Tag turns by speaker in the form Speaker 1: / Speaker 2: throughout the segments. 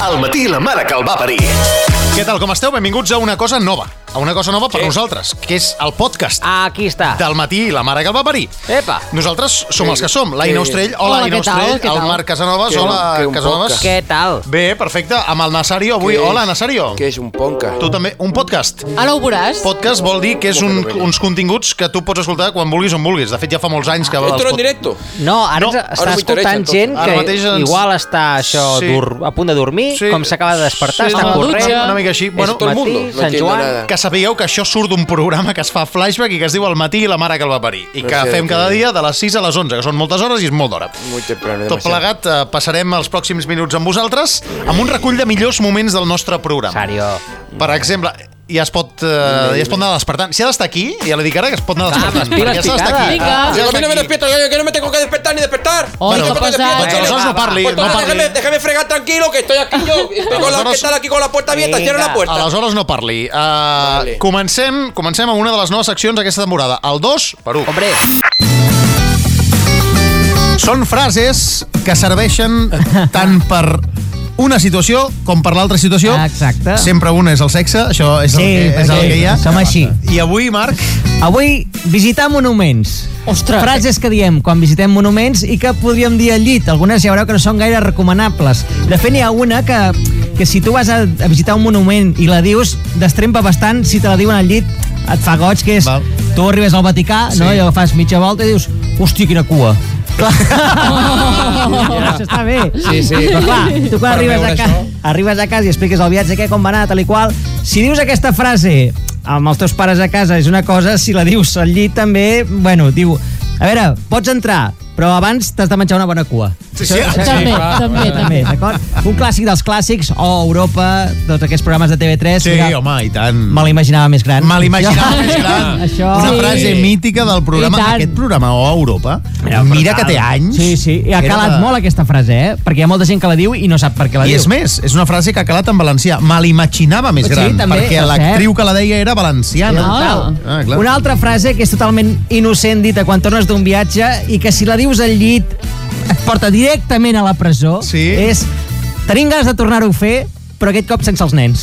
Speaker 1: Al matí la mare que el va parir.
Speaker 2: Què tal, com esteu? Benvinguts a una cosa nova. A una cosa nova per nosaltres, que és el podcast
Speaker 3: Aquí està.
Speaker 2: del matí la mare que el va parir.
Speaker 3: Epa.
Speaker 2: Nosaltres som els que som, la Ina Ostrell, hola,
Speaker 3: Hola,
Speaker 2: Ina
Speaker 3: què tal?
Speaker 2: Ostrell,
Speaker 3: Què
Speaker 2: el
Speaker 3: tal?
Speaker 2: Marc Casanovas,
Speaker 4: Que un- que
Speaker 2: hola,
Speaker 4: un
Speaker 2: Casanovas.
Speaker 4: podcast.
Speaker 3: Què tal?
Speaker 2: Bé, perfecte, amb el Nasario avui.
Speaker 4: Que-
Speaker 2: Hola, Nasario.
Speaker 4: Que és un ponca.
Speaker 2: Tu també, un podcast.
Speaker 5: Ara ho veuràs.
Speaker 2: Podcast vol dir que és un,
Speaker 4: que no ve?
Speaker 2: uns continguts que tu pots escoltar quan vulguis on vulguis. De fet, ja fa molts anys que... els
Speaker 4: Entro en
Speaker 2: pod-
Speaker 4: directo.
Speaker 3: No, ara
Speaker 2: No,
Speaker 3: no,
Speaker 2: ara
Speaker 3: està
Speaker 4: no m'interessa,
Speaker 3: escoltant
Speaker 4: entonces.
Speaker 3: gent
Speaker 2: Ara
Speaker 3: que
Speaker 2: mateix ens-
Speaker 3: igual està això
Speaker 2: Sí.
Speaker 3: dur, a punt de dormir,
Speaker 2: Sí.
Speaker 3: com s'acaba de despertar,
Speaker 2: Sí,
Speaker 3: està
Speaker 2: una-
Speaker 3: corrent.
Speaker 2: Una, una mica així. Bueno,
Speaker 4: tot el
Speaker 3: matí,
Speaker 4: mundo. No
Speaker 3: Sant
Speaker 4: entiendo
Speaker 3: Joan.
Speaker 4: nada.
Speaker 2: que sapigueu que això surt d'un programa que es fa flashback i que es diu El matí i la mare que el va parir. I que
Speaker 4: sé,
Speaker 2: fem
Speaker 4: que-
Speaker 2: cada dia de les 6 a les 11, que són moltes hores i és molt d'hora.
Speaker 4: Muy temprano,
Speaker 2: Tot
Speaker 4: demasiado.
Speaker 2: plegat, eh, passarem els pròxims minuts amb vosaltres amb un recull de millors moments del nostre programa.
Speaker 3: Sàrio.
Speaker 2: Per exemple, ja es pot, eh, ja es pot anar despertant. Si ha d'estar aquí, ja li dic ara que es pot anar despertant.
Speaker 3: piles
Speaker 2: perquè s'ha d'estar
Speaker 3: picada.
Speaker 2: aquí.
Speaker 5: Vinga.
Speaker 2: Ja
Speaker 4: Yo
Speaker 2: està
Speaker 4: a mí no me
Speaker 2: aquí.
Speaker 4: despierto, yo, yo no me tengo que despertar ni despertar.
Speaker 5: Bueno,
Speaker 4: Yo no me
Speaker 5: pasa-
Speaker 4: despierto,
Speaker 2: Pues
Speaker 3: Eh,
Speaker 4: yo-
Speaker 2: aleshores doncs
Speaker 3: va,
Speaker 2: no
Speaker 3: va,
Speaker 2: parli,
Speaker 4: Pues
Speaker 2: no
Speaker 4: toma, déjame,
Speaker 2: parli.
Speaker 4: déjame fregar tranquilo, que estoy aquí yo. Estoy con la,
Speaker 2: Aleshores-
Speaker 4: ¿Qué tal aquí con la puerta abierta? Cierra
Speaker 3: Venga.
Speaker 4: la puerta.
Speaker 2: Aleshores no parli. Uh, vale. comencem, comencem amb una de les noves seccions d'aquesta temporada. El 2 per 1.
Speaker 3: Hombre,
Speaker 2: Són frases que serveixen tant per una situació com per l'altra situació.
Speaker 6: Exacte.
Speaker 2: Sempre una és el sexe, això és, el,
Speaker 6: Sí,
Speaker 2: que, és el
Speaker 6: perquè
Speaker 2: que hi ha.
Speaker 6: som així.
Speaker 2: I avui, Marc,
Speaker 6: Avui, visitar monuments.
Speaker 5: Ostres.
Speaker 6: Frases que diem quan visitem monuments i que podríem dir al llit. Algunes ja veureu que no són gaire recomanables. De fet, n'hi ha una que, que si tu vas a, a visitar un monument i la dius, destrempa bastant, si te la diuen al llit et fa goig, que és...
Speaker 2: Val.
Speaker 6: Tu arribes al Vaticà, no?
Speaker 2: Sí.
Speaker 6: I fas mitja volta i dius, hòstia, quina cua. Clar.
Speaker 2: Oh.
Speaker 6: Això està bé.
Speaker 3: Sí, sí.
Speaker 6: Però clar, tu
Speaker 3: Per
Speaker 6: quan arribes
Speaker 3: veure
Speaker 6: a,
Speaker 3: això.
Speaker 6: casa, arribes a casa i expliques el viatge, què, com va anar, tal i qual, si dius aquesta frase amb els teus pares a casa és una cosa, si la dius al llit també, bueno, diu, a veure, pots entrar, però abans t'has de menjar una bona cua.
Speaker 2: Sí, sí.
Speaker 5: També, també, també.
Speaker 6: També, d'acord? Un clàssic dels clàssics, o Europa, tots aquests programes de TV3.
Speaker 2: Sí, home, i tant.
Speaker 6: Me l'imaginava més gran.
Speaker 2: Me l'imaginava
Speaker 6: Jo-
Speaker 2: més gran.
Speaker 6: Això...
Speaker 2: Una
Speaker 6: Sí.
Speaker 2: frase mítica del programa,
Speaker 5: I tant.
Speaker 2: d'aquest programa, o a Europa. Mira,
Speaker 6: brutal.
Speaker 2: que té anys.
Speaker 6: Sí, sí, i ha
Speaker 2: Era
Speaker 6: calat
Speaker 2: de-
Speaker 6: molt aquesta frase, eh? Perquè hi ha molta gent que la diu i no sap per què la
Speaker 2: I
Speaker 6: diu.
Speaker 2: és més, és una frase que ha calat en valencià. Me l'imaginava més
Speaker 6: Sí,
Speaker 2: gran,
Speaker 6: també,
Speaker 2: perquè
Speaker 6: és
Speaker 2: l'actriu
Speaker 6: cert.
Speaker 2: que la deia era valenciana.
Speaker 6: Total.
Speaker 2: Ah, clar.
Speaker 6: Una altra frase que és totalment innocent dita quan tornes d'un viatge i que si la dius al llit et porta directament a la presó
Speaker 2: Sí.
Speaker 6: és tenim ganes de tornar-ho a fer però aquest cop sense els nens.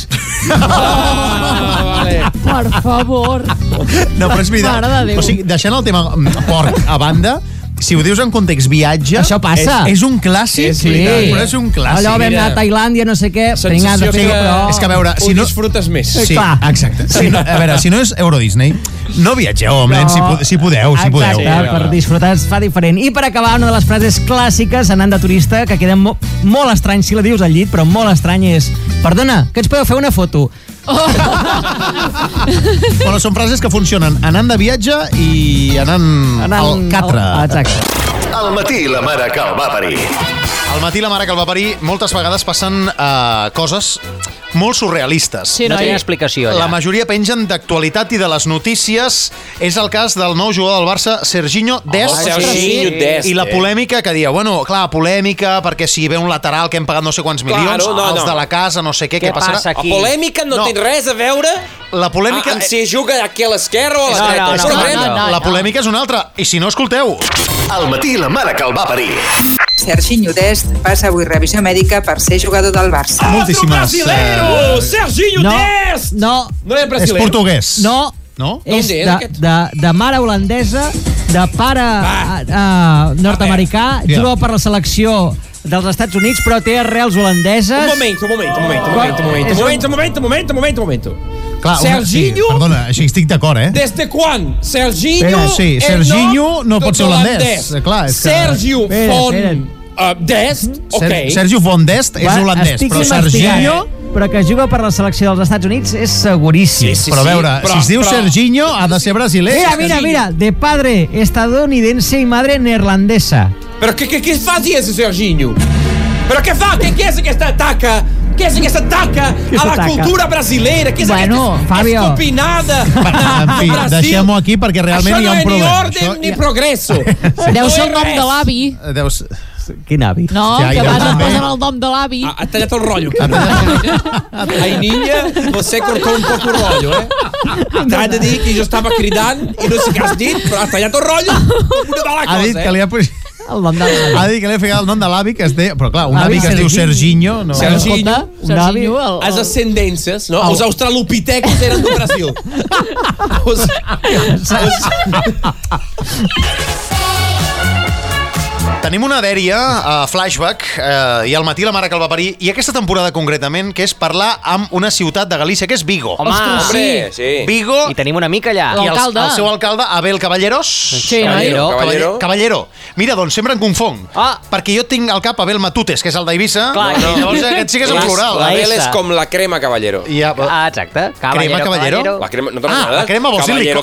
Speaker 5: Per favor.
Speaker 2: No, però és veritat.
Speaker 5: Mare de Déu.
Speaker 2: O sigui, deixant el tema mm, porc a banda, si ho dius en context viatge...
Speaker 6: Això passa.
Speaker 2: És, és un clàssic,
Speaker 7: És veritat.
Speaker 2: però és un clàssic.
Speaker 6: Allò vam anar a
Speaker 7: Mira.
Speaker 6: Tailàndia, no sé què, tenim ganes de
Speaker 7: Sensació
Speaker 6: fer
Speaker 7: que-
Speaker 6: però...
Speaker 2: És que a veure,
Speaker 7: Ho
Speaker 2: si no...
Speaker 7: disfrutes més.
Speaker 2: Sí,
Speaker 6: Clar.
Speaker 2: exacte. Si no, a veure, si no és Euro Disney, no viatgeu amb nens, si, po- si podeu, si podeu.
Speaker 6: Exacte, per disfrutar es fa diferent. I per acabar, una de les frases clàssiques anant de turista, que queda mo molt estrany si la dius al llit, però molt estrany és perdona, que ens podeu fer una foto?
Speaker 2: Bueno, són frases que funcionen anant de viatge i anant, anant al catre.
Speaker 6: Exacte.
Speaker 1: Al matí la mare que el va parir.
Speaker 2: Al matí la mare que el va parir moltes vegades passen eh, coses molt surrealistes.
Speaker 5: Sí,
Speaker 3: no
Speaker 5: noi.
Speaker 3: tenia explicació,
Speaker 2: La
Speaker 3: ja.
Speaker 2: majoria pengen d'actualitat i de les notícies. És el cas del nou jugador del Barça, Serginho Dest.
Speaker 4: Hostia,
Speaker 5: Ostres, sí.
Speaker 4: niño, des,
Speaker 2: I la
Speaker 4: eh.
Speaker 2: polèmica que dia, bueno, clar, polèmica, perquè si ve un lateral que hem pagat no sé quants
Speaker 4: Claro,
Speaker 2: milions,
Speaker 4: no,
Speaker 2: els
Speaker 4: no.
Speaker 2: de la casa, no sé què,
Speaker 3: Què
Speaker 2: què passarà?
Speaker 3: passa
Speaker 4: La
Speaker 3: aquí?
Speaker 4: polèmica no,
Speaker 2: No.
Speaker 4: té res a veure
Speaker 2: La polèmica...
Speaker 7: Ah,
Speaker 4: amb si juga aquí a l'esquerra o a la
Speaker 3: No,
Speaker 4: dreta. Això
Speaker 3: no,
Speaker 2: és
Speaker 3: no,
Speaker 2: clar,
Speaker 4: depèn.
Speaker 5: no, no.
Speaker 2: la polèmica és una altra. I si no, escolteu.
Speaker 1: Al matí la mare que el va parir.
Speaker 8: Sergi Nyudest passa avui revisió mèdica per ser jugador del Barça.
Speaker 2: Moltíssimes...
Speaker 4: Oh,
Speaker 7: Brasileiro! Serginho
Speaker 6: No,
Speaker 7: Dest!
Speaker 6: no,
Speaker 7: No era
Speaker 2: és
Speaker 7: brasileiro.
Speaker 2: portuguès.
Speaker 6: no,
Speaker 2: No?
Speaker 6: és
Speaker 7: D'on és
Speaker 6: de,
Speaker 7: aquest?
Speaker 6: de, de mare holandesa, de pare
Speaker 7: Ah.
Speaker 6: uh, nord-americà,
Speaker 2: Ja.
Speaker 6: juga per la selecció dels Estats Units, però té arrels holandeses.
Speaker 7: Un momento, un momento, un momento, un momento, un momento, un momento, un momento, un momento, un momento, un momento.
Speaker 2: Clar, una-
Speaker 7: Serginho?
Speaker 2: Sí, perdona, així estic d'acord, eh?
Speaker 7: Desde quan? Serginho...
Speaker 2: Espera, sí,
Speaker 7: és
Speaker 2: Serginho no pot ser holandès. eh, Clar, és que- Mhm.
Speaker 7: Sergio
Speaker 6: Espera,
Speaker 7: von
Speaker 6: espera.
Speaker 7: uh, Dest, ok.
Speaker 2: Ser Sergio Fondest és
Speaker 6: Va,
Speaker 2: holandès,
Speaker 6: estic
Speaker 2: però
Speaker 6: investigant,
Speaker 2: Serginho...
Speaker 6: eh? però que juga per la selecció dels Estats Units és seguríssim.
Speaker 7: Sí, sí,
Speaker 2: Però a veure,
Speaker 7: però-
Speaker 2: si es diu
Speaker 7: però-
Speaker 2: Serginho, ha de ser brasiler.
Speaker 6: Mira, mira, mira, de padre estadounidense y madre neerlandesa.
Speaker 7: Però que, que, que fazia esse Serginho? Però que fa? Que, que é esse que está ataca? Que é esse que está ataca
Speaker 6: Que
Speaker 7: a la
Speaker 6: ataca?
Speaker 7: cultura brasileira? Que é esse
Speaker 6: Bueno,
Speaker 7: que
Speaker 6: Fabio.
Speaker 7: Escopinada.
Speaker 2: En fi, deixem-ho aquí perquè realment
Speaker 7: Això
Speaker 2: hi ha un problema.
Speaker 7: no és ni
Speaker 2: Això
Speaker 7: ordre ni
Speaker 2: hi ha-
Speaker 7: progresso.
Speaker 5: Deu
Speaker 7: No
Speaker 5: ser
Speaker 7: és
Speaker 5: el nom
Speaker 7: res.
Speaker 5: de l'avi.
Speaker 2: Deus...
Speaker 6: Quin avi.
Speaker 5: No,
Speaker 2: Hòstia,
Speaker 5: que
Speaker 2: ai,
Speaker 5: vas a
Speaker 2: Déu, també.
Speaker 5: posar el nom de l'avi.
Speaker 7: Ah, Ha, ha tallat el rotllo.
Speaker 2: Ah,
Speaker 7: Ai, niña, você cortó un poc el rotllo, eh? T'ha de dir que jo estava cridant i no sé què has dit, però ha tallat el rotllo com una mala
Speaker 2: Ha dit
Speaker 7: cosa,
Speaker 2: que
Speaker 7: eh?
Speaker 2: li ha... pos-
Speaker 3: El nom de
Speaker 2: Ha
Speaker 3: l'avi.
Speaker 2: de dir que li he ficat el nom de l'avi que es deia... Però clar, un avi,
Speaker 3: Avi
Speaker 2: que es diu Serginho... No.
Speaker 7: Sergi-
Speaker 6: Escolta,
Speaker 3: Un avi.
Speaker 6: Serginho, el,
Speaker 7: As
Speaker 6: el,
Speaker 7: ascendências, no? Os australopitecos eram do Brasil. Os...
Speaker 2: Tenim una dèria a uh, Flashback uh, i al matí la mare que el va parir i aquesta temporada concretament que és parlar amb una ciutat de Galícia que és Vigo.
Speaker 9: Home,
Speaker 4: Hombre, sí.
Speaker 2: Vigo
Speaker 9: i tenim una mica allà.
Speaker 2: i el,
Speaker 6: L'alcalde.
Speaker 2: el seu alcalde Abel Caballeros.
Speaker 6: Sí,
Speaker 4: Caballero,
Speaker 7: eh?
Speaker 9: noi?
Speaker 4: caballero.
Speaker 2: Caballero. Mira, doncs sempre em confong.
Speaker 9: Ah.
Speaker 2: Perquè jo tinc al cap Abel Matutes, que és el d'Eivissa.
Speaker 9: Clar,
Speaker 2: i
Speaker 9: no.
Speaker 2: llavors aquest sí que és el
Speaker 9: Clar,
Speaker 2: plural.
Speaker 4: La
Speaker 9: la
Speaker 4: L és
Speaker 9: S.
Speaker 4: com la crema, caballero.
Speaker 2: I ja,
Speaker 9: Ah, exacte. Caballero,
Speaker 2: Crema, caballero.
Speaker 4: La crema, no
Speaker 2: Ah,
Speaker 4: t'agrada?
Speaker 2: la crema vols dir-li
Speaker 4: Caballero,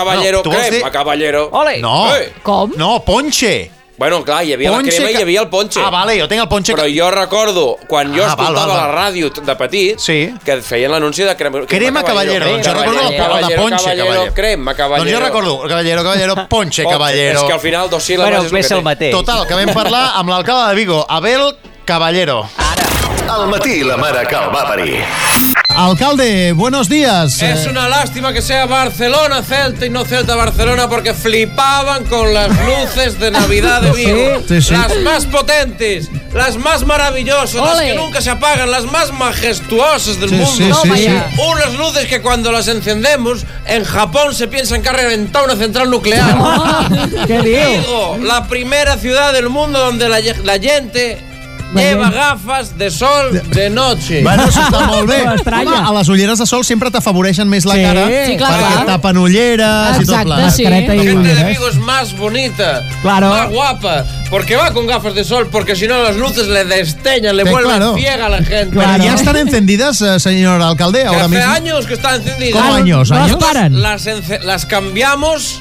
Speaker 4: caballero,
Speaker 2: el-
Speaker 4: caballero,
Speaker 2: No, tu vols
Speaker 4: crema,
Speaker 2: dir-
Speaker 4: caballero.
Speaker 9: Ole!
Speaker 2: No.
Speaker 4: Eh.
Speaker 6: Com?
Speaker 2: No, ponche.
Speaker 4: Bueno, clar, hi havia la crema i
Speaker 2: que-
Speaker 4: hi havia el ponche.
Speaker 2: Ah, vale, jo tinc el ponche.
Speaker 4: Però
Speaker 2: Però...
Speaker 4: jo recordo, quan jo
Speaker 2: Ah, val,
Speaker 4: escoltava
Speaker 2: val, val.
Speaker 4: la ràdio de petit,
Speaker 2: Sí.
Speaker 4: que feien l'anunci de crema,
Speaker 2: Crema Caballero.
Speaker 4: crema,
Speaker 2: Jo recordo el- el de Ponche, Caballero.
Speaker 4: Crema caballero.
Speaker 2: Doncs jo recordo, caballero, caballero, ponche,
Speaker 4: Ponche.
Speaker 2: caballero.
Speaker 4: És que al final dos síl·labes
Speaker 9: Bueno,
Speaker 4: és
Speaker 9: ves el
Speaker 4: el que té.
Speaker 9: mateix.
Speaker 2: Total, que vam parlar amb l'alcalde de Vigo, Abel Caballero.
Speaker 1: Al matí la mare que el va parir.
Speaker 2: Alcalde, buenos días.
Speaker 7: Es una lástima que sea Barcelona Celta y no Celta Barcelona porque flipaban con las luces de Navidad de Vigo.
Speaker 2: Sí, sí, sí.
Speaker 7: Las más potentes, las más maravillosas, las
Speaker 6: Ole.
Speaker 7: que nunca se apagan, las más majestuosas del
Speaker 2: Sí,
Speaker 7: mundo.
Speaker 2: sí, sí,
Speaker 6: sí.
Speaker 7: Unas luces que cuando las encendemos en Japón se piensan que ha reventado una central nuclear.
Speaker 3: Què diu?
Speaker 7: Vigo, la primera ciudad del mundo donde la, ye- la gente lleva gafas de sol de noche.
Speaker 2: Bueno, això està molt bé.
Speaker 3: No m'estranya.
Speaker 2: Home, a les ulleres de sol sempre t'afavoreixen més la
Speaker 3: Sí.
Speaker 2: cara
Speaker 3: Sí,
Speaker 6: clar,
Speaker 2: perquè
Speaker 6: clar.
Speaker 2: tapen ulleres i tot
Speaker 6: Exacte,
Speaker 2: plegat.
Speaker 6: sí.
Speaker 3: Mascareta
Speaker 7: La
Speaker 3: i
Speaker 7: gente de
Speaker 3: ulleres.
Speaker 7: Vigo es más bonita,
Speaker 3: Claro.
Speaker 7: más guapa, porque va con gafas de sol, porque si no las luces le desteñan, le
Speaker 2: Sí,
Speaker 7: vuelven
Speaker 2: claro.
Speaker 7: ciega a la gente.
Speaker 2: Pero
Speaker 3: Claro.
Speaker 2: ya están encendidas, eh, señor alcalde,
Speaker 7: Que
Speaker 2: ahora
Speaker 7: hace
Speaker 2: mismo.
Speaker 7: años que están encendidas.
Speaker 2: ¿Cómo años?
Speaker 3: No es
Speaker 2: años?
Speaker 3: paren.
Speaker 7: Las, ence- las cambiamos,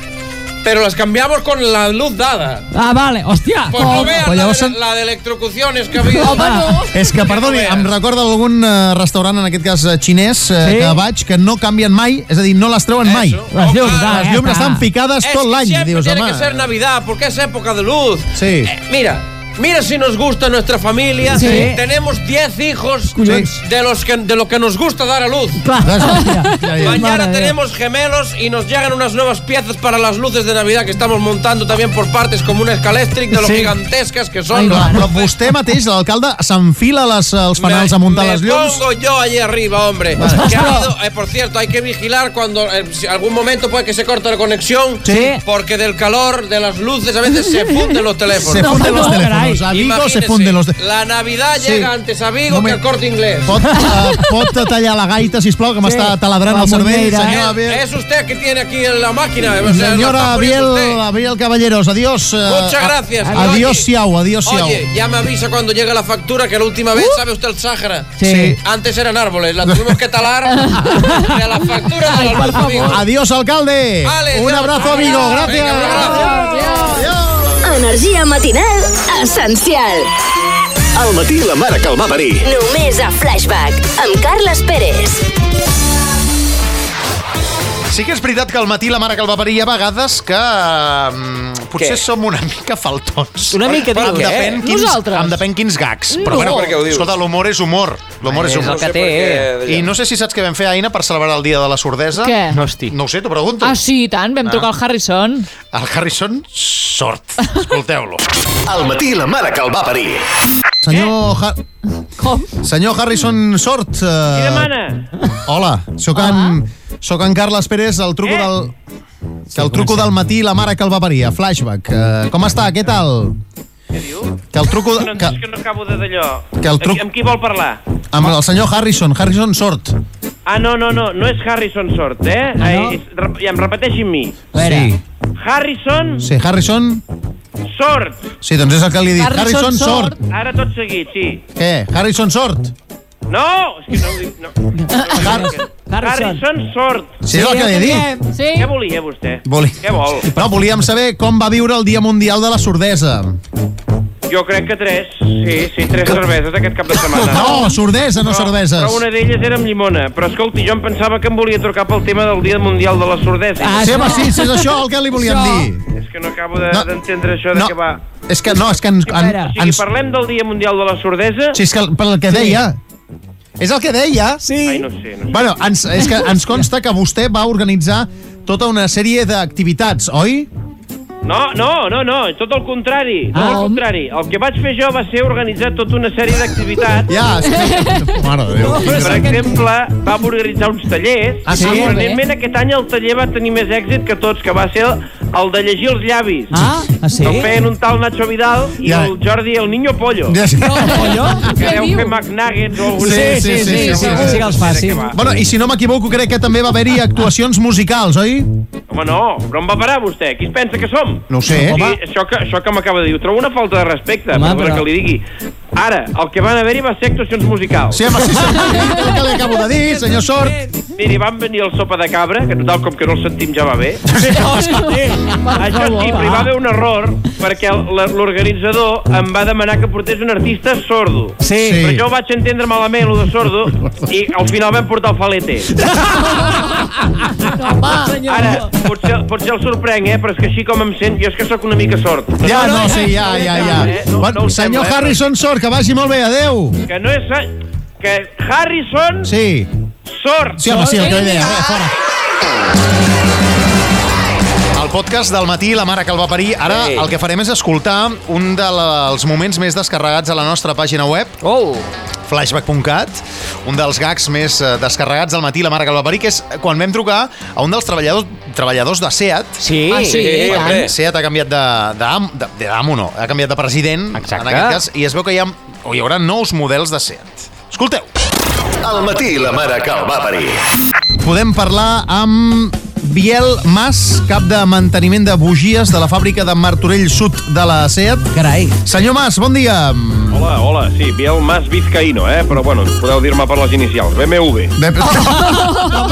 Speaker 7: pero las cambiamos con la luz dada.
Speaker 3: Ah, vale, hòstia.
Speaker 7: Pues no veas
Speaker 2: Pues ya
Speaker 7: la,
Speaker 2: vos
Speaker 7: de,
Speaker 2: han-
Speaker 7: la de electrocuciones que ha habido.
Speaker 2: És que, perdoni, em recorda algun eh, restaurant, en aquest cas eh, xinès, eh,
Speaker 3: Sí?
Speaker 2: que vaig, que no canvien mai, és a dir, no les treuen mai.
Speaker 7: Eso.
Speaker 3: Les llums,
Speaker 7: Oh,
Speaker 3: ah,
Speaker 2: Les
Speaker 3: ja
Speaker 2: llums
Speaker 3: està.
Speaker 2: estan ficades
Speaker 7: Es
Speaker 2: tot
Speaker 7: que
Speaker 2: l'any.
Speaker 7: siempre
Speaker 2: Dius,
Speaker 7: tiene
Speaker 2: home...
Speaker 7: que ser Navidad, porque es época de luz.
Speaker 2: Sí.
Speaker 7: Eh, mira, mira si nos gusta nuestra familia.
Speaker 3: Sí.
Speaker 7: Tenemos 10 hijos
Speaker 2: Collons.
Speaker 7: de los que de lo que nos gusta dar a luz.
Speaker 3: Clar.
Speaker 2: Hòstia, ja, ja.
Speaker 7: Mañana
Speaker 3: Madre
Speaker 7: tenemos gemelos y nos llegan unas nuevas piezas para las luces de Navidad que estamos montando también por partes como una escaléctric de lo
Speaker 3: Sí.
Speaker 7: gigantescas que
Speaker 2: Ai,
Speaker 7: son.
Speaker 2: clar, Però vostè mateix, l'alcalde, s'enfila les, els fanals
Speaker 7: Me-
Speaker 2: a muntar
Speaker 7: me
Speaker 2: les llums.
Speaker 7: pongo yo allí arriba, hombre. Que ha habido- eh, por cierto, hay que vigilar cuando en algún momento puede que se corte la conexión.
Speaker 3: Sí.
Speaker 7: Porque del calor, de las luces, a veces se funden los teléfonos.
Speaker 2: Se funden
Speaker 3: no,
Speaker 2: los teléfonos.
Speaker 3: carai.
Speaker 2: A Vigo
Speaker 7: Imagínese,
Speaker 2: se funden los... te-
Speaker 7: La Navidad
Speaker 2: Sí.
Speaker 7: llega antes a Vigo que
Speaker 2: Moment.
Speaker 7: al corte inglés.
Speaker 2: Pot, eh, pot tallar la gaita, sisplau, que m'està taladrant
Speaker 3: la
Speaker 2: el cervell,
Speaker 3: muñeira, eh?
Speaker 2: senyor Abiel.
Speaker 7: Es usted que tiene aquí en la máquina. o sea,
Speaker 2: Senyora
Speaker 7: la está poniendo
Speaker 2: Abiel,
Speaker 7: usted.
Speaker 2: Abiel Caballeros, adiós. eh,
Speaker 7: Muchas gracias.
Speaker 2: a-
Speaker 7: Oye,
Speaker 2: Adiós, siau, adiós, siau.
Speaker 7: Oye, ya me avisa cuando llegue la factura que la última vez, ¿sabe usted el Sáhara?
Speaker 2: Sí.
Speaker 7: Antes eran árboles, la tuvimos que talar de la factura de la luz, amigo.
Speaker 2: Adiós, alcalde.
Speaker 7: Vale,
Speaker 2: un
Speaker 7: ya.
Speaker 2: abrazo, amigo.
Speaker 7: Venga,
Speaker 2: Gracias.
Speaker 7: un abrazo.
Speaker 10: Energia matinal essencial.
Speaker 1: Al matí la mare que el va parir.
Speaker 10: Només a Flashback, amb Carles Pérez.
Speaker 2: Sí que és veritat que al matí la mare que el va parir hi ha vegades que mm, potser
Speaker 4: Què?
Speaker 2: som una mica faltons.
Speaker 9: Una mica,
Speaker 2: Però em
Speaker 9: dius.
Speaker 2: depèn,
Speaker 3: eh?
Speaker 6: Què?
Speaker 2: quins,
Speaker 6: Nosaltres?
Speaker 2: em depèn quins gags.
Speaker 4: No.
Speaker 2: Però
Speaker 4: Per què ho dius?
Speaker 2: escolta, l'humor és humor. L'humor és
Speaker 9: és
Speaker 2: humor.
Speaker 9: el que té,
Speaker 4: per què,
Speaker 2: I no sé si saps què vam fer, Aina, per celebrar el Dia de la Sordesa.
Speaker 6: Què?
Speaker 9: Hosti.
Speaker 2: No ho sé, t'ho pregunto.
Speaker 6: Ah, sí, i tant. Vam trucar al Harrison.
Speaker 2: El Harrison, sort. Escolteu-lo.
Speaker 1: Al matí la mare que el va parir.
Speaker 2: Senyor, Har
Speaker 6: Com?
Speaker 2: senyor Harrison, sort. Eh...
Speaker 11: Qui demana?
Speaker 2: Hola, sóc en, sóc en Carles Pérez, el truco eh? del... Que el truco del matí i la mare que el va parir, a flashback. Uh, com està? Què tal?
Speaker 11: Què diu?
Speaker 2: Que el truco...
Speaker 11: No,
Speaker 2: De,
Speaker 11: que... és que
Speaker 2: que,
Speaker 11: no acabo de d'allò.
Speaker 2: Que el truc-
Speaker 11: Amb, amb qui vol parlar?
Speaker 2: amb el senyor Harrison, Harrison Sort.
Speaker 11: Ah, no, no, no, no és Harrison Sort, eh?
Speaker 3: Ah, no?
Speaker 11: Ai, és, rep- ja em repeteixin mi.
Speaker 2: Sí,
Speaker 11: Harrison
Speaker 2: sí, Harrison...
Speaker 11: Sort.
Speaker 2: Sí, doncs és el que li dic.
Speaker 6: Harrison
Speaker 2: Harrison,
Speaker 6: Sort.
Speaker 2: Sort.
Speaker 11: Ara tot seguit, sí.
Speaker 2: Què? Harrison Sort.
Speaker 11: No, és que no ho dic, no.
Speaker 2: Har
Speaker 3: Harrison.
Speaker 11: Harrison Sort.
Speaker 2: sí, és el que li dic.
Speaker 6: Sí?
Speaker 11: Què volia vostè?
Speaker 2: Voli.
Speaker 11: Què vol?
Speaker 2: No, volíem saber com va viure el Dia Mundial de la Sordesa.
Speaker 11: Jo crec que tres. Sí, sí, tres cerveses aquest cap de setmana.
Speaker 2: No, sordesa, no cerveses.
Speaker 11: Però una d'elles era amb llimona. Però escolti, jo em pensava que em volia trucar pel tema del Dia Mundial de la Sordesa.
Speaker 3: Ah,
Speaker 2: Sí, home, sí, sí, és això el que li volíem dir.
Speaker 11: És que no acabo de-
Speaker 2: No.
Speaker 11: d'entendre de, això de
Speaker 2: No,
Speaker 11: que va...
Speaker 2: és que no, és que ens, en,
Speaker 3: espera.
Speaker 11: O sigui,
Speaker 2: ens,
Speaker 11: parlem del Dia Mundial de la Sordesa?
Speaker 2: Sí, és que el, pel que deia. És el que deia. Sí.
Speaker 11: Ai, no sé, no sé.
Speaker 2: Bueno, ens, és que ens consta que vostè va organitzar tota una sèrie d'activitats, oi?
Speaker 11: No, no, no, no, tot el contrari. Tot
Speaker 6: Ah.
Speaker 11: el contrari. El que vaig fer jo va ser organitzar tota una sèrie d'activitats.
Speaker 2: Ja, sí. Mare de Déu.
Speaker 11: Per exemple, vam organitzar uns tallers.
Speaker 3: Ah, sí?
Speaker 11: Sorprenentment, aquest any el taller va tenir més èxit que tots, que va ser el, el de llegir els llavis.
Speaker 3: Ah, ah sí?
Speaker 11: El feien un tal Nacho Vidal i
Speaker 2: Ja.
Speaker 11: el Jordi el Niño Pollo.
Speaker 2: Ja, sí.
Speaker 11: Que
Speaker 6: Què
Speaker 11: deu fer
Speaker 6: diu?
Speaker 11: McNuggets o alguna
Speaker 2: Sí, sí, sí, sí, sí,
Speaker 3: sí, sí que els faci.
Speaker 2: Bueno, i si no m'equivoco, crec que també va haver-hi actuacions musicals, oi?
Speaker 11: Home, no, però em va parar vostè. Qui es pensa que som?
Speaker 2: No ho sé, eh?
Speaker 11: Sí, això que, això que m'acaba de dir, ho trobo una falta de respecte,
Speaker 3: Home,
Speaker 11: Home, però...
Speaker 3: però-
Speaker 11: que li digui. Ara, el que van haver-hi va ser actuacions musicals.
Speaker 2: Sí, home, sí, sí. El que li acabo de dir, senyor Sort.
Speaker 11: Miri, van venir el sopa de cabra, que total, com que no el sentim ja va bé. Això sí, però hi va haver un error, perquè el- la- l'organitzador em va demanar que portés un artista sordo.
Speaker 3: Sí.
Speaker 11: Però jo ho vaig entendre malament, lo de sordo, i al final vam portar el falete. Ara, potser, potser el sorprenc, eh, però és que així com em sent, jo és que sóc una mica sort.
Speaker 2: Ja, no, sí, ja, ja, ja.
Speaker 11: eh? No, no ho
Speaker 2: Bueno,
Speaker 11: sembla,
Speaker 2: senyor
Speaker 11: eh?
Speaker 2: Harrison Sort, que vagi molt bé, adeu.
Speaker 11: Que no és... Que Harrison,
Speaker 2: Sí.
Speaker 11: sort!
Speaker 2: Sí, home, sí, el que deia. eh, Fora. El podcast del matí, la mare que el va parir. Ara
Speaker 4: Ei.
Speaker 2: el que farem és escoltar un dels moments més descarregats a la nostra pàgina web,
Speaker 9: Oh,
Speaker 2: flashback.cat, un dels gags més eh, descarregats del matí, la mare que el va parir, que és quan vam trucar a un dels treballadors treballadors de SEAT.
Speaker 9: sí.
Speaker 6: Ah, sí,
Speaker 4: Sí,
Speaker 6: tant.
Speaker 4: hombre.
Speaker 2: SEAT ha canviat de, de, am- de, de amo, no, ha canviat de president,
Speaker 9: Exacte.
Speaker 2: en aquest cas, i es veu que hi, ha, o hi haurà nous models de SEAT. Escolteu,
Speaker 1: Al matí la mare que el va parir.
Speaker 2: podem parlar amb Biel Mas, cap de manteniment de bugies de la fàbrica de Martorell Sud de la SEAT.
Speaker 3: Carai.
Speaker 2: Senyor Mas, bon dia.
Speaker 11: Hola, hola, sí, Biel Mas Vizcaíno, eh? Però bueno, podeu dir-me per les inicials. BMW.
Speaker 2: Bé, però-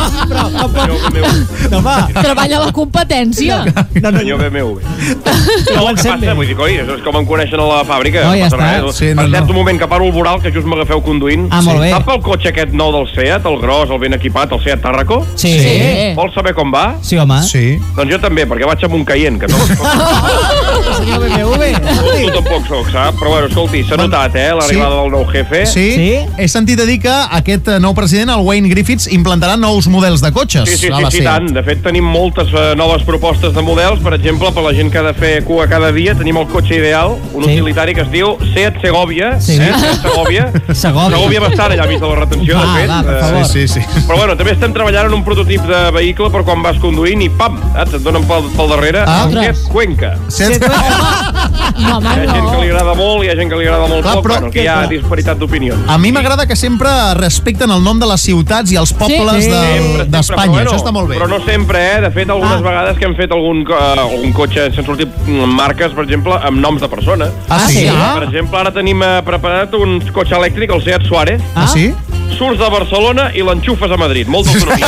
Speaker 11: Senyor BMW.
Speaker 3: No, va.
Speaker 6: Treballa la competència.
Speaker 3: No, no,
Speaker 11: Senyor
Speaker 3: no.
Speaker 11: BMW.
Speaker 3: No, ho
Speaker 11: Què
Speaker 3: encén
Speaker 11: passa?
Speaker 3: bé.
Speaker 11: Vull dir, coi, és com em coneixen a la fàbrica.
Speaker 3: No, ja
Speaker 11: passa
Speaker 3: està.
Speaker 11: res.
Speaker 2: Sí, no,
Speaker 11: per cert,
Speaker 2: no.
Speaker 11: un moment que paro el voral, que just m'agafeu conduint.
Speaker 3: Ah, molt bé.
Speaker 11: Sap el cotxe aquest nou del SEAT, el gros, el ben equipat, el SEAT Tarraco?
Speaker 3: Sí.
Speaker 6: Sí.
Speaker 11: Vols saber com va?
Speaker 3: Sí, home.
Speaker 2: Sí.
Speaker 11: Doncs jo també, perquè vaig amb un caient, que no...
Speaker 3: Senyor BMW.
Speaker 11: tu tampoc soc, sap? Però bueno, escolti, s'ha notat, eh, l'arribada
Speaker 2: Sí.
Speaker 11: del nou jefe.
Speaker 2: Sí?
Speaker 3: Sí?
Speaker 2: He sentit a dir que aquest eh, nou president, el Wayne Griffiths, implantarà nous models de cotxes
Speaker 11: Sí, sí,
Speaker 2: a
Speaker 11: sí,
Speaker 2: la
Speaker 11: sí,
Speaker 2: SEAT.
Speaker 11: tant. De fet, tenim moltes eh, noves propostes de models. Per exemple, per la gent que ha de fer cua cada dia, tenim el cotxe ideal, un
Speaker 3: Sí.
Speaker 11: utilitari que es diu Seat Segovia.
Speaker 3: Sí.
Speaker 11: Eh? Seat Segovia.
Speaker 3: Segovia.
Speaker 11: Segovia va estar allà, vist de la retenció,
Speaker 3: Va,
Speaker 11: de fet.
Speaker 3: va, per
Speaker 11: Eh,
Speaker 3: favor.
Speaker 2: Sí, sí, sí.
Speaker 11: Però bueno, també estem treballant en un prototip de vehicle per quan vas conduint i pam, et, et donen pel, pel darrere
Speaker 2: Ah.
Speaker 11: el Seat Cuenca.
Speaker 2: Set...
Speaker 6: No,
Speaker 3: Ah,
Speaker 6: home,
Speaker 11: Hi ha gent que li
Speaker 6: no.
Speaker 11: agrada molt, hi ha gent que li agrada molt
Speaker 2: Clar,
Speaker 11: poc,
Speaker 2: però-
Speaker 11: bueno, que hi ha disparitat d'opinions.
Speaker 2: A mi m'agrada que sempre respecten el nom de les ciutats i els pobles
Speaker 6: Sí.
Speaker 2: de-
Speaker 11: Sempre, sempre,
Speaker 2: Eh, d'Espanya.
Speaker 11: però bueno,
Speaker 2: Això està molt bé.
Speaker 11: Però no sempre, eh? De fet, algunes
Speaker 3: Ah.
Speaker 11: vegades que hem fet algun, co- eh, algun cotxe, s'han sortit mm, marques, per exemple, amb noms de persones.
Speaker 2: Ah, sí?
Speaker 3: Ah, sí?
Speaker 2: Ah,
Speaker 11: Per exemple, ara tenim eh, preparat un cotxe elèctric, el Seat Suárez.
Speaker 2: ah sí?
Speaker 11: Surts de Barcelona i l'enxufes a Madrid. Molta autonomia.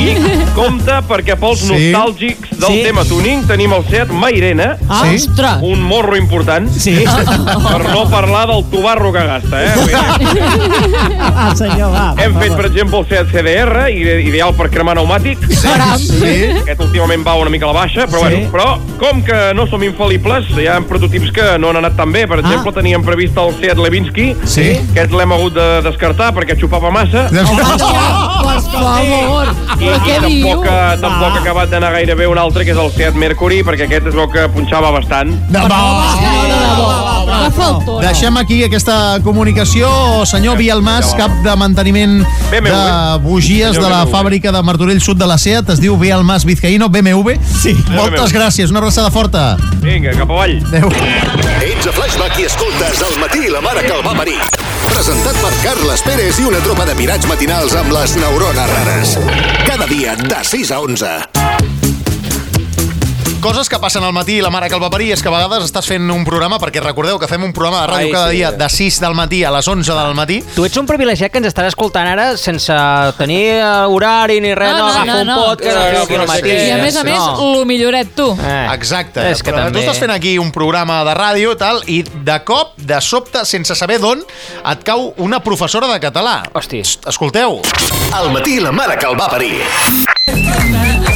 Speaker 11: I compte perquè pels
Speaker 2: Sí.
Speaker 11: nostàlgics del
Speaker 3: Sí.
Speaker 11: tema tuning tenim el Seat Mairena,
Speaker 6: Ah,
Speaker 2: Sí?
Speaker 6: ostres.
Speaker 11: un morro important,
Speaker 3: Sí.
Speaker 11: per no parlar del tubarro que gasta, eh? Vull dir,
Speaker 3: Ah, senyor, va.
Speaker 11: Hem fet, per exemple, el Seat CDR, ide- ideal per cremar pneumàtics.
Speaker 2: Sí?
Speaker 11: Aquest últimament va una mica a la baixa, però,
Speaker 3: Sí.
Speaker 11: bueno, però com que no som infal·libles, hi ha prototips que no han anat tan bé. Per exemple, teníem previst el Seat Levinsky,
Speaker 2: Sí?
Speaker 11: aquest l'hem hagut de descartar perquè xupava massa.
Speaker 6: Per favor.
Speaker 11: I,
Speaker 6: Però
Speaker 11: i
Speaker 6: què diu?
Speaker 11: tampoc, eh, tampoc ha acabat d'anar gaire bé un altre, que és el Seat Mercury, perquè aquest es veu que punxava bastant.
Speaker 2: No, va.
Speaker 6: No, no, no. Que faltó.
Speaker 2: Deixem aquí aquesta comunicació. Senyor Biel Mas, cap de manteniment
Speaker 11: BMW.
Speaker 2: de bugies de
Speaker 11: Senyor
Speaker 2: la
Speaker 11: BMW.
Speaker 2: fàbrica de Martorell Sud de la SEAT. Es diu Biel Mas Vizcaíno, BMW. Sí. Moltes
Speaker 11: BMW.
Speaker 2: gràcies. Una abraçada forta.
Speaker 11: Vinga, cap avall.
Speaker 2: Adéu.
Speaker 1: Ets a Flashback i escoltes Al matí la mare que el va parir. Presentat per Carles Pérez i una tropa de pirats matinals amb les neurones rares. Cada dia de 6 a 11.
Speaker 2: Coses que passen al matí i la mare que el va parir és que a vegades estàs fent un programa, perquè recordeu que fem un programa de ràdio
Speaker 4: Ai,
Speaker 2: cada
Speaker 4: sí.
Speaker 2: dia de 6 del matí a les 11 del matí.
Speaker 9: Tu ets un privilegiat que ens estàs escoltant ara sense tenir eh, horari ni res,
Speaker 6: No,
Speaker 9: no,
Speaker 6: no,
Speaker 9: agafa
Speaker 6: no,
Speaker 9: un
Speaker 6: no.
Speaker 9: podcast,
Speaker 4: No, no,
Speaker 9: no, no,
Speaker 4: però
Speaker 9: matí.
Speaker 4: sí.
Speaker 6: I a més a més, lo milloret tu.
Speaker 9: Eh,
Speaker 2: Exacte.
Speaker 9: És que
Speaker 2: però
Speaker 9: també...
Speaker 2: Tu estàs fent aquí un programa de ràdio tal i de cop, de sobte, sense saber d'on, et cau una professora de català.
Speaker 9: Hosti.
Speaker 2: Psst, Escolteu.
Speaker 1: Al matí la mare que el va parir.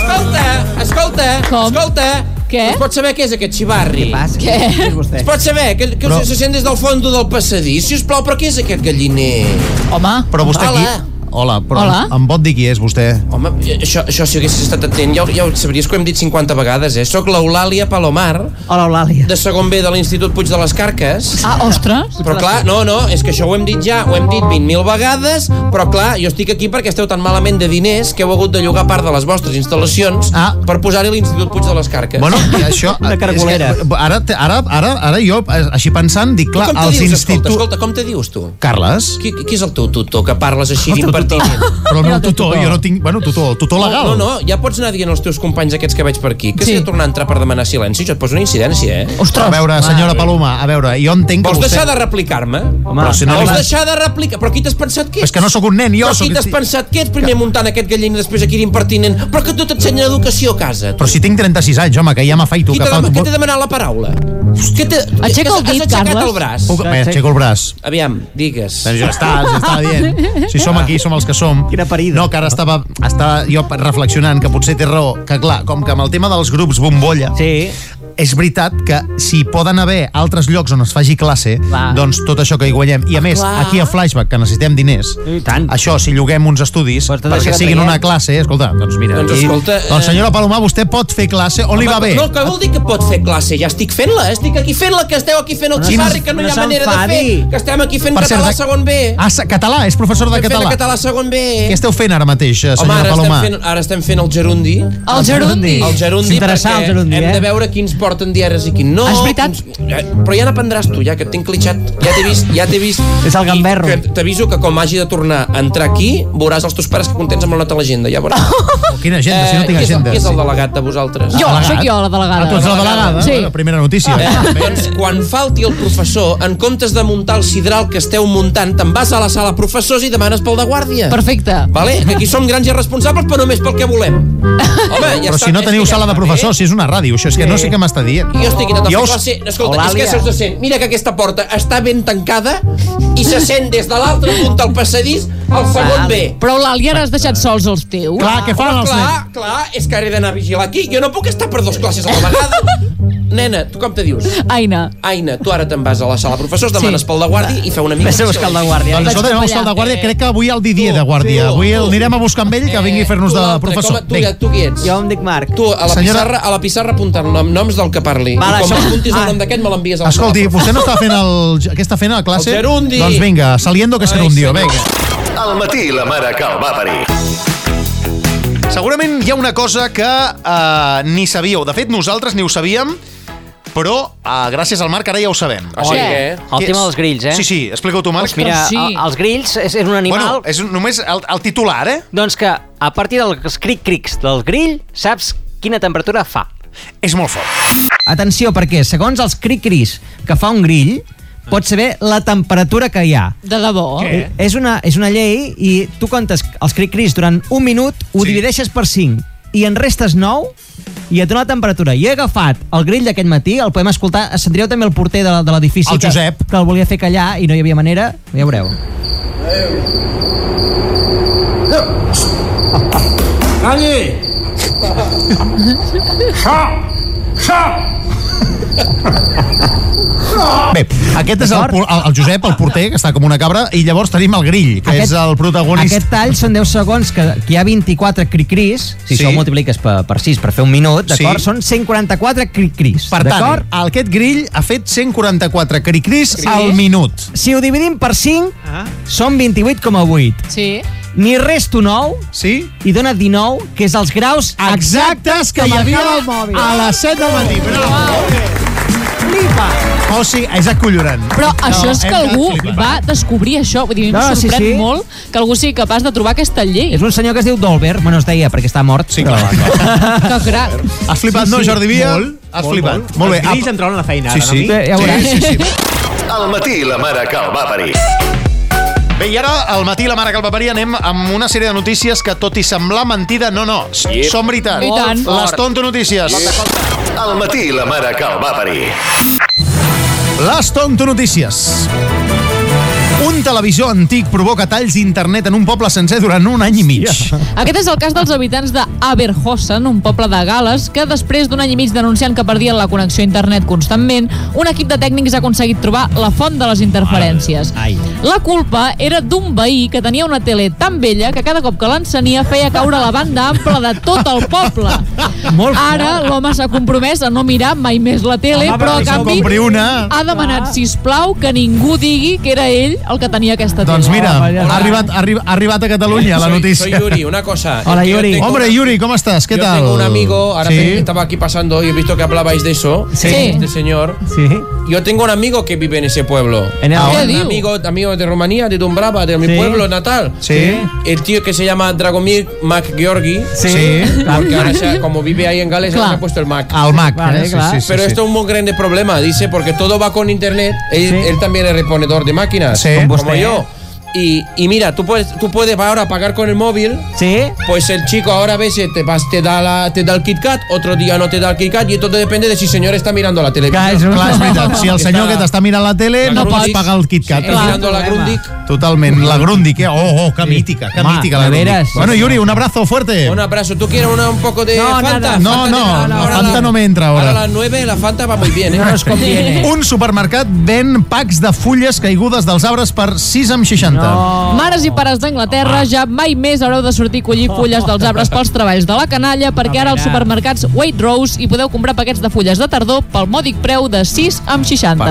Speaker 7: Escolta, escolta,
Speaker 6: Com?
Speaker 7: escolta.
Speaker 6: Què?
Speaker 7: Es pot saber què és aquest xivarri? Què
Speaker 3: Passa,
Speaker 6: Què?
Speaker 3: és vostè.
Speaker 7: Es pot saber que, que
Speaker 2: Però-
Speaker 7: se sent des del fons del passadís? Si us plau, però què és aquest galliner?
Speaker 6: Home,
Speaker 2: Però vostè
Speaker 7: Hola.
Speaker 2: aquí... Hola, però
Speaker 6: Hola.
Speaker 2: Em, em pot dir qui és vostè?
Speaker 7: Home, això, això si haguessis estat atent ja, ho- ja ho sabries que ho hem dit 50 vegades, eh? Soc l'Eulàlia Palomar.
Speaker 3: Hola, Eulàlia.
Speaker 7: De segon B de l'Institut Puig de les Carques.
Speaker 6: Ah, ostres.
Speaker 7: Però clar, no, no, és que això ho hem dit ja, ho hem dit 20.000 vegades, però clar, jo estic aquí perquè esteu tan malament de diners que heu hagut de llogar part de les vostres instal·lacions
Speaker 2: Ah.
Speaker 7: per posar-hi l'Institut Puig de les Carques.
Speaker 2: Bueno, i això...
Speaker 3: Una cargolera.
Speaker 2: és que Ara, te- ara, ara, ara jo, eh, així pensant, dic,
Speaker 7: tu
Speaker 2: clar,
Speaker 7: com te
Speaker 2: els
Speaker 7: dius, escolta,
Speaker 2: instituts...
Speaker 7: escolta, com te dius tu?
Speaker 2: Carles?
Speaker 7: Qui, qui és el teu tutor que parles així d'impertinent?
Speaker 2: Però el meu tutor, jo no tinc... Bueno, tutor, tutor legal.
Speaker 7: No, no, ja pots anar dient als teus companys aquests que veig per aquí que sí. si de tornar a entrar per demanar silenci, jo et poso una incidència, eh?
Speaker 2: A veure, senyora Paloma, a veure, jo entenc que
Speaker 7: Vols
Speaker 2: vostè...
Speaker 7: deixar de replicar-me?
Speaker 2: Home, però si no
Speaker 7: Vols
Speaker 2: li-
Speaker 7: deixar de replicar? Però qui t'has pensat que
Speaker 2: És que no sóc un nen, jo
Speaker 7: Però
Speaker 2: sóc...
Speaker 7: qui t'has pensat que ets primer muntant aquest gallin i després aquí d'impertinent? Però que tu t'ensenya educació a casa.
Speaker 2: Però si tinc 36 anys, home, que ja m'afaito...
Speaker 7: Qui
Speaker 2: que
Speaker 7: t'ha
Speaker 2: fa-
Speaker 7: de, que t'ha demanat la paraula? Que t'ha-
Speaker 6: Aixeca
Speaker 7: has-
Speaker 6: el
Speaker 7: has
Speaker 6: dit,
Speaker 7: aixecat
Speaker 6: Carles.
Speaker 7: el braç.
Speaker 2: Puc... Bé, aixeco el braç.
Speaker 7: Aviam, digues.
Speaker 2: Doncs ja està, ja està dient. Si som aquí, som els que som.
Speaker 3: Quina parida.
Speaker 2: No, que ara estava, estava jo reflexionant que potser té raó, que clar, com que amb el tema dels grups bombolla,
Speaker 3: Sí.
Speaker 2: és veritat que si poden haver altres llocs on es faci classe,
Speaker 3: Clar. Ah,
Speaker 2: doncs tot això que hi guanyem. I a més,
Speaker 6: Clar.
Speaker 2: aquí a Flashback, que necessitem diners,
Speaker 3: I tant.
Speaker 2: això, si lloguem uns estudis
Speaker 3: Pues tot això
Speaker 2: perquè
Speaker 3: que
Speaker 2: siguin
Speaker 3: traiem.
Speaker 2: una classe, escolta, doncs mira,
Speaker 7: Doncs
Speaker 2: aquí-
Speaker 7: escolta, eh,
Speaker 2: doncs senyora Palomar, vostè pot fer classe on li va bé.
Speaker 7: No, que vol dir que pot fer classe? Ja estic fent-la, eh? estic aquí fent-la, que esteu aquí fent el
Speaker 3: no
Speaker 7: xivarri,
Speaker 3: s'en-
Speaker 7: que no hi
Speaker 3: no
Speaker 7: ha manera de fer,
Speaker 3: s'enfadi.
Speaker 7: que estem aquí fent
Speaker 2: Per cert,
Speaker 7: català
Speaker 2: de-
Speaker 7: segon B.
Speaker 2: Ah, sa- català, és professor de
Speaker 7: Estem fent
Speaker 2: català.
Speaker 7: català segon B.
Speaker 2: Què esteu fent ara mateix, eh,
Speaker 7: Home,
Speaker 2: senyora
Speaker 7: ara estem,
Speaker 2: Palomar?
Speaker 7: fent, ara estem fent el gerundi.
Speaker 6: El gerundi.
Speaker 7: El gerundi
Speaker 3: S'interessà
Speaker 7: perquè
Speaker 3: el gerundi,
Speaker 7: hem
Speaker 3: eh?
Speaker 7: de veure quins porten diaris i quins no.
Speaker 6: És veritat.
Speaker 7: Quins... Eh, Però ja n'aprendràs tu, ja, que et tinc clitxat. Ja t'he vist, ja t'he vist.
Speaker 3: És el gamberro.
Speaker 7: I que T'aviso que com hagi de tornar a entrar aquí, veuràs els teus pares que contents amb la nota a l'agenda, ja veuràs. Eh,
Speaker 2: Oh, Quina agenda, si no tinc
Speaker 7: qui, és el,
Speaker 2: agenda.
Speaker 7: qui és el delegat de vosaltres?
Speaker 6: Jo,
Speaker 2: Delegat?
Speaker 6: sóc jo la delegada.
Speaker 2: Ah, tu ets la delegada?
Speaker 6: Sí.
Speaker 2: Bueno, primera notícia.
Speaker 7: Eh, doncs quan falti el professor, en comptes de muntar el sidral que esteu muntant, te'n vas a la sala professors i demanes pel de guàrdia.
Speaker 6: Perfecte.
Speaker 7: Vale? Que aquí som grans i responsables, però només pel que volem. Home, ja
Speaker 2: Però si no
Speaker 7: és eh?
Speaker 2: teniu
Speaker 7: que ja
Speaker 2: sala de
Speaker 7: està bé.
Speaker 2: professors, si és una ràdio, això és que no sé què m'està dient.
Speaker 7: Jo estic intentant
Speaker 2: Jo
Speaker 7: fer
Speaker 2: us-
Speaker 7: classe. Escolta, és
Speaker 3: Eulàlia.
Speaker 7: que se'ls sent. Mira que aquesta porta està ben tancada i se sent des de l'altre punt del passadís el segon B.
Speaker 6: Però l'Eulàlia ara has deixat sols els teus.
Speaker 2: Clar, què fan
Speaker 7: Home,
Speaker 2: els
Speaker 7: clar,
Speaker 2: nens?
Speaker 7: clar, és que ara he d'anar a vigilar aquí. Jo no puc estar per dues classes a la vegada. Nena, tu com te dius?
Speaker 6: Aina.
Speaker 7: Aina, tu ara te'n vas a la sala de professors, demanes
Speaker 6: Sí.
Speaker 7: pel de guàrdia i feu una mica...
Speaker 3: Vés a buscar el de guàrdia.
Speaker 2: Doncs escolta, anem a buscar el de guàrdia. Crec que avui el Didier de guàrdia.
Speaker 7: tu,
Speaker 2: Avui
Speaker 7: tu.
Speaker 2: el anirem a buscar amb ell que vingui a fer-nos de professor.
Speaker 7: Eh, Tu,
Speaker 2: Vinga.
Speaker 7: tu qui ets?
Speaker 3: Jo em dic Marc.
Speaker 7: Tu, a la,
Speaker 2: Senyora-
Speaker 7: pissarra, a la pissarra apuntant nom, noms del que parli.
Speaker 3: Val,
Speaker 7: I quan
Speaker 3: això-
Speaker 7: m'apuntis
Speaker 3: Ah.
Speaker 7: el nom d'aquest, me l'envies al
Speaker 2: Escolti, vostè no està fent el... Què està fent a la classe?
Speaker 7: El gerundi.
Speaker 2: Doncs vinga, saliendo que es
Speaker 7: Ai,
Speaker 2: gerundio,
Speaker 7: senyor.
Speaker 2: vinga.
Speaker 1: Al matí la mare que el va parir.
Speaker 2: Segurament hi ha una cosa que eh, ni sabíeu. De fet, nosaltres ni ho sabíem, però eh, gràcies al Marc ara ja ho sabem.
Speaker 7: Ah, sí,
Speaker 6: Què?
Speaker 7: eh?
Speaker 9: El
Speaker 2: Què
Speaker 9: tema
Speaker 2: és?
Speaker 9: dels grills, eh?
Speaker 2: Sí, sí, explica-ho tu, Marc.
Speaker 6: Ostres,
Speaker 9: Mira,
Speaker 6: Sí.
Speaker 9: el- els grills és, és un animal...
Speaker 2: Bueno, és un- només el, el titular, eh?
Speaker 9: Doncs que a partir dels cric-crics del grill saps quina temperatura fa.
Speaker 2: És molt fort.
Speaker 3: Atenció, perquè segons els cri-cris que fa un grill, pots saber la temperatura que hi ha. Eh,
Speaker 6: De debò.
Speaker 2: Què?
Speaker 3: És una, és una llei i tu comptes els cri-cris durant un minut,
Speaker 2: Sí.
Speaker 3: ho sí. divideixes per 5 i en restes 9 i et dona la temperatura. Jo he agafat el grill d'aquest matí, el podem escoltar, sentireu també el porter de, de l'edifici
Speaker 2: El
Speaker 3: que,
Speaker 2: Josep.
Speaker 3: que el volia fer callar i no hi havia manera, ja veureu.
Speaker 11: Calli! Això! Això!
Speaker 2: Bé, aquest és el, por- el, el Josep, el porter, que està com una cabra, i llavors tenim el grill, que aquest, és el protagonista.
Speaker 3: Aquest tall són 10 segons, que, que hi ha 24 cri-cris, si
Speaker 2: Sí.
Speaker 3: sí. això ho multipliques per, per 6 per fer un minut,
Speaker 2: Sí.
Speaker 3: d'acord? Són 144 cri-cris,
Speaker 2: Per tant,
Speaker 3: d'acord?
Speaker 2: aquest grill ha fet 144 cricrits sí. al minut.
Speaker 3: Si ho dividim per 5,
Speaker 9: Ah.
Speaker 3: ah. són 28,8.
Speaker 6: Sí.
Speaker 3: N'hi resto 9
Speaker 2: Sí?
Speaker 3: i dona 19, que és els graus exactes que,
Speaker 2: hi
Speaker 3: hi
Speaker 2: havia
Speaker 3: havia al mòbil.
Speaker 2: A les 7 del matí, bravo!
Speaker 3: Flipa!
Speaker 2: O sigui, Oh, és acollonant.
Speaker 6: Però no, això és
Speaker 2: hem
Speaker 6: que algú
Speaker 2: quedat flipant.
Speaker 6: va descobrir això. Vull dir, a mi no,
Speaker 3: No,
Speaker 6: em
Speaker 3: sí,
Speaker 6: sorprèn
Speaker 3: sí.
Speaker 6: molt que algú sigui capaç de trobar aquesta llei.
Speaker 3: És un senyor que es diu Dolber, bueno, es deia perquè està mort.
Speaker 2: Sí, clar, clar.
Speaker 6: Que crac.
Speaker 2: Has flipat, sí, sí. no, Jordi Via? Molt, Has molt, flipat. Molt, molt bé. Els grills entraven a la feina, sí, sí.
Speaker 3: Bé, ja veuràs.
Speaker 2: sí, sí, sí.
Speaker 1: Al matí la mare que el va parir.
Speaker 2: Bé, i ara, al matí, la mare que el va parir, anem amb una sèrie de notícies que, tot i semblar mentida, no, no,
Speaker 4: Yep.
Speaker 2: són veritat.
Speaker 6: I tant.
Speaker 2: Les tonto notícies.
Speaker 1: Al matí la mare que el va parir.
Speaker 2: Les Tonto Notícies. Un un televisor antic provoca talls d'internet en un poble sencer durant un any i mig.
Speaker 6: Aquest és el cas dels habitants d'Aberhosen, un poble de Gales, que després d'un any i mig denunciant que perdien la connexió a internet constantment, un equip de tècnics ha aconseguit trobar la font de les interferències. La culpa era d'un veí que tenia una tele tan vella que cada cop que l'encenia feia caure la banda ampla de tot el poble.
Speaker 3: Molt fort.
Speaker 6: Ara l'home s'ha compromès a no mirar mai més la tele,
Speaker 2: Home, però
Speaker 6: però a
Speaker 2: si se'n
Speaker 6: canvi
Speaker 2: compri una.
Speaker 6: ha demanat, si plau que ningú digui que era ell el que tenia aquesta tele.
Speaker 2: Doncs mira, ha arribat, ha arribat, ha arribat a Catalunya la
Speaker 7: Ah, Soy-
Speaker 2: notícia.
Speaker 7: soy Yuri, una cosa.
Speaker 2: Hola,
Speaker 7: Es que yo
Speaker 2: Yuri.
Speaker 7: tengo-
Speaker 2: Hombre, Yuri, ¿cómo estás? ¿Qué
Speaker 7: Yo
Speaker 2: tal?
Speaker 7: tengo un amigo, ahora
Speaker 2: Sí.
Speaker 7: que estaba aquí pasando y he visto que hablabais de eso,
Speaker 3: Sí.
Speaker 7: de este señor.
Speaker 3: Sí.
Speaker 7: Yo tengo un amigo que vive en ese pueblo.
Speaker 3: En el-
Speaker 7: Ah,
Speaker 3: ¿Qué
Speaker 7: un
Speaker 3: digo?
Speaker 7: amigo, amigo de Rumanía, de Dumbrava, de mi
Speaker 3: Sí.
Speaker 7: pueblo natal.
Speaker 2: Sí.
Speaker 7: El tío que se llama Dragomir MacGeorgi.
Speaker 3: Sí.
Speaker 7: Porque ahora se- como vive ahí en Gales, ahora se ha puesto el Mac.
Speaker 2: Al Mac.
Speaker 3: Vale,
Speaker 2: eh? Sí,
Speaker 3: clar.
Speaker 2: sí, sí,
Speaker 7: Pero
Speaker 2: sí.
Speaker 7: esto es un muy grande problema, dice, porque todo va con internet. Él,
Speaker 3: Sí.
Speaker 7: él también es reponedor de máquinas,
Speaker 2: Sí. Con
Speaker 7: como
Speaker 3: usted.
Speaker 7: yo. Y, y mira, tú puedes, tú puedes ahora pagar con el móvil.
Speaker 3: Sí?
Speaker 7: Pues el chico ahora a veces te, vas, te, da la, te da el Kit Kat, otro día no te da el Kit Kat y todo depende de si el señor está mirando la
Speaker 3: Clar, és
Speaker 7: televisión.
Speaker 3: un-
Speaker 2: Clar, és veritat. Si el senyor que t'està mirant la tele
Speaker 7: La
Speaker 2: no pots
Speaker 7: Grundig.
Speaker 2: pagar el KitKat.
Speaker 7: Está mirando la Grundig.
Speaker 2: Totalment. La Grundig, eh? Oh, oh, que mítica, que
Speaker 3: Home,
Speaker 2: mítica la
Speaker 3: de
Speaker 2: Grundig.
Speaker 3: veres.
Speaker 2: Bueno, Yuri, un abrazo fuerte.
Speaker 7: Un abrazo. ¿Tú quieres una, un poco de
Speaker 3: No,
Speaker 7: Fanta?
Speaker 3: nada.
Speaker 7: Fanta
Speaker 2: No,
Speaker 7: de-
Speaker 2: no, la
Speaker 7: ahora
Speaker 2: Fanta no me entra ahora.
Speaker 7: A las 9 la Fanta va muy bien, ¿eh?
Speaker 3: No nos conviene.
Speaker 2: Un supermercat ven packs de fulles caigudes dels arbres per 6,60. No.
Speaker 6: Mares i pares d'Anglaterra ja mai més haureu de sortir a collir fulles dels arbres pels treballs de la canalla perquè ara als supermercats Waitrose hi podeu comprar paquets de fulles de tardor pel mòdic preu de 6 amb 60.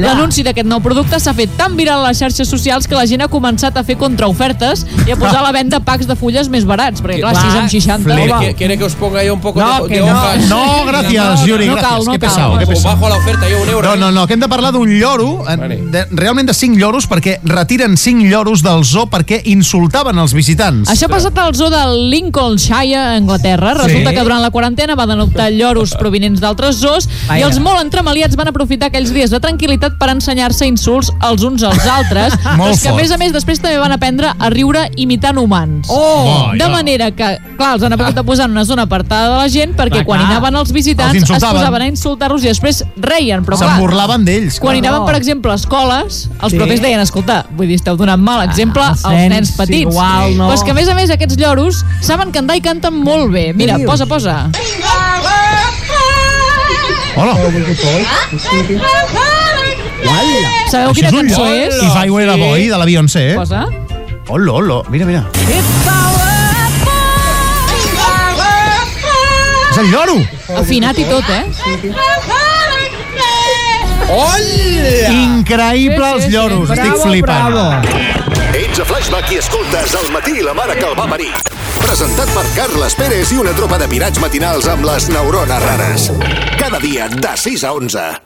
Speaker 6: L'anunci d'aquest nou producte s'ha fet tan viral a les xarxes socials que la gent ha començat a fer contraofertes i a posar a la venda packs de fulles més barats, perquè clar, 6 amb 60...
Speaker 7: ¿Quiere,
Speaker 6: home,
Speaker 7: que- quiere que os ponga yo un poco
Speaker 3: No,
Speaker 7: de,
Speaker 3: que
Speaker 7: de
Speaker 3: no.
Speaker 7: hojas?
Speaker 2: No, gràcies, Yuri,
Speaker 6: no cal,
Speaker 2: gràcies.
Speaker 6: no
Speaker 2: que
Speaker 6: cal.
Speaker 2: pesau, que
Speaker 7: O
Speaker 2: pesau.
Speaker 7: bajo la oferta, yo un euro. ¿eh?
Speaker 2: No, no, no, que hem de parlar d'un lloro, eh,
Speaker 7: Vale.
Speaker 2: de, realment de 5 lloros, perquè retiren 5 lloros del zoo perquè insultaven els visitants.
Speaker 6: Això ha passat al zoo de Lincolnshire, a Anglaterra. Resulta
Speaker 3: Sí.
Speaker 6: que durant la quarantena van adoptar lloros provinents d'altres zoos i
Speaker 3: Vaja.
Speaker 6: els molt entremaliats van aprofitar aquells dies de tranquil·litat per ensenyar-se insults els uns als altres.
Speaker 2: Molt
Speaker 6: però és que,
Speaker 2: fort.
Speaker 6: a més a més, després també van aprendre a riure imitant humans.
Speaker 2: Oh,
Speaker 6: de manera que, clar, els han hagut de posar en una zona apartada de la gent perquè
Speaker 3: Va,
Speaker 6: quan hi
Speaker 3: clar.
Speaker 6: anaven els visitants
Speaker 2: Els
Speaker 6: es
Speaker 2: insultaven.
Speaker 6: posaven a insultar-los i després reien, però clar,
Speaker 2: Se'n burlaven d'ells.
Speaker 6: quan
Speaker 2: clar.
Speaker 6: anaven,
Speaker 3: no.
Speaker 6: per exemple, a escoles, els
Speaker 3: Sí.
Speaker 6: sí. propers deien, escolta, vull dir, esteu donant mal exemple
Speaker 3: Ah,
Speaker 6: ah,
Speaker 3: els
Speaker 6: als
Speaker 3: nens,
Speaker 6: nens, nens
Speaker 3: sí,
Speaker 6: petits.
Speaker 3: igual, no.
Speaker 6: Però és que, a més a més, aquests lloros saben cantar i canten molt bé. Mira,
Speaker 3: dius?
Speaker 6: posa, posa.
Speaker 2: Hola.
Speaker 6: Sabeu
Speaker 2: Això
Speaker 6: quina
Speaker 2: és un
Speaker 6: cançó
Speaker 2: lloro.
Speaker 6: és?
Speaker 2: If I Were a Boy, de la Beyoncé. eh?
Speaker 6: Posa.
Speaker 2: Hola, hola. Mira, mira. És el lloro.
Speaker 6: Afinat i tot, eh?
Speaker 7: ¡Hola!
Speaker 2: Increïble els
Speaker 6: sí,
Speaker 2: lloros. Estic flipant.
Speaker 3: Bravo.
Speaker 1: Ets a Flashback i escoltes El matí i la mare que el va parir. Presentat per Carles Pérez i una tropa de pirats matinals amb les neurones rares. Cada dia de 6 a 11.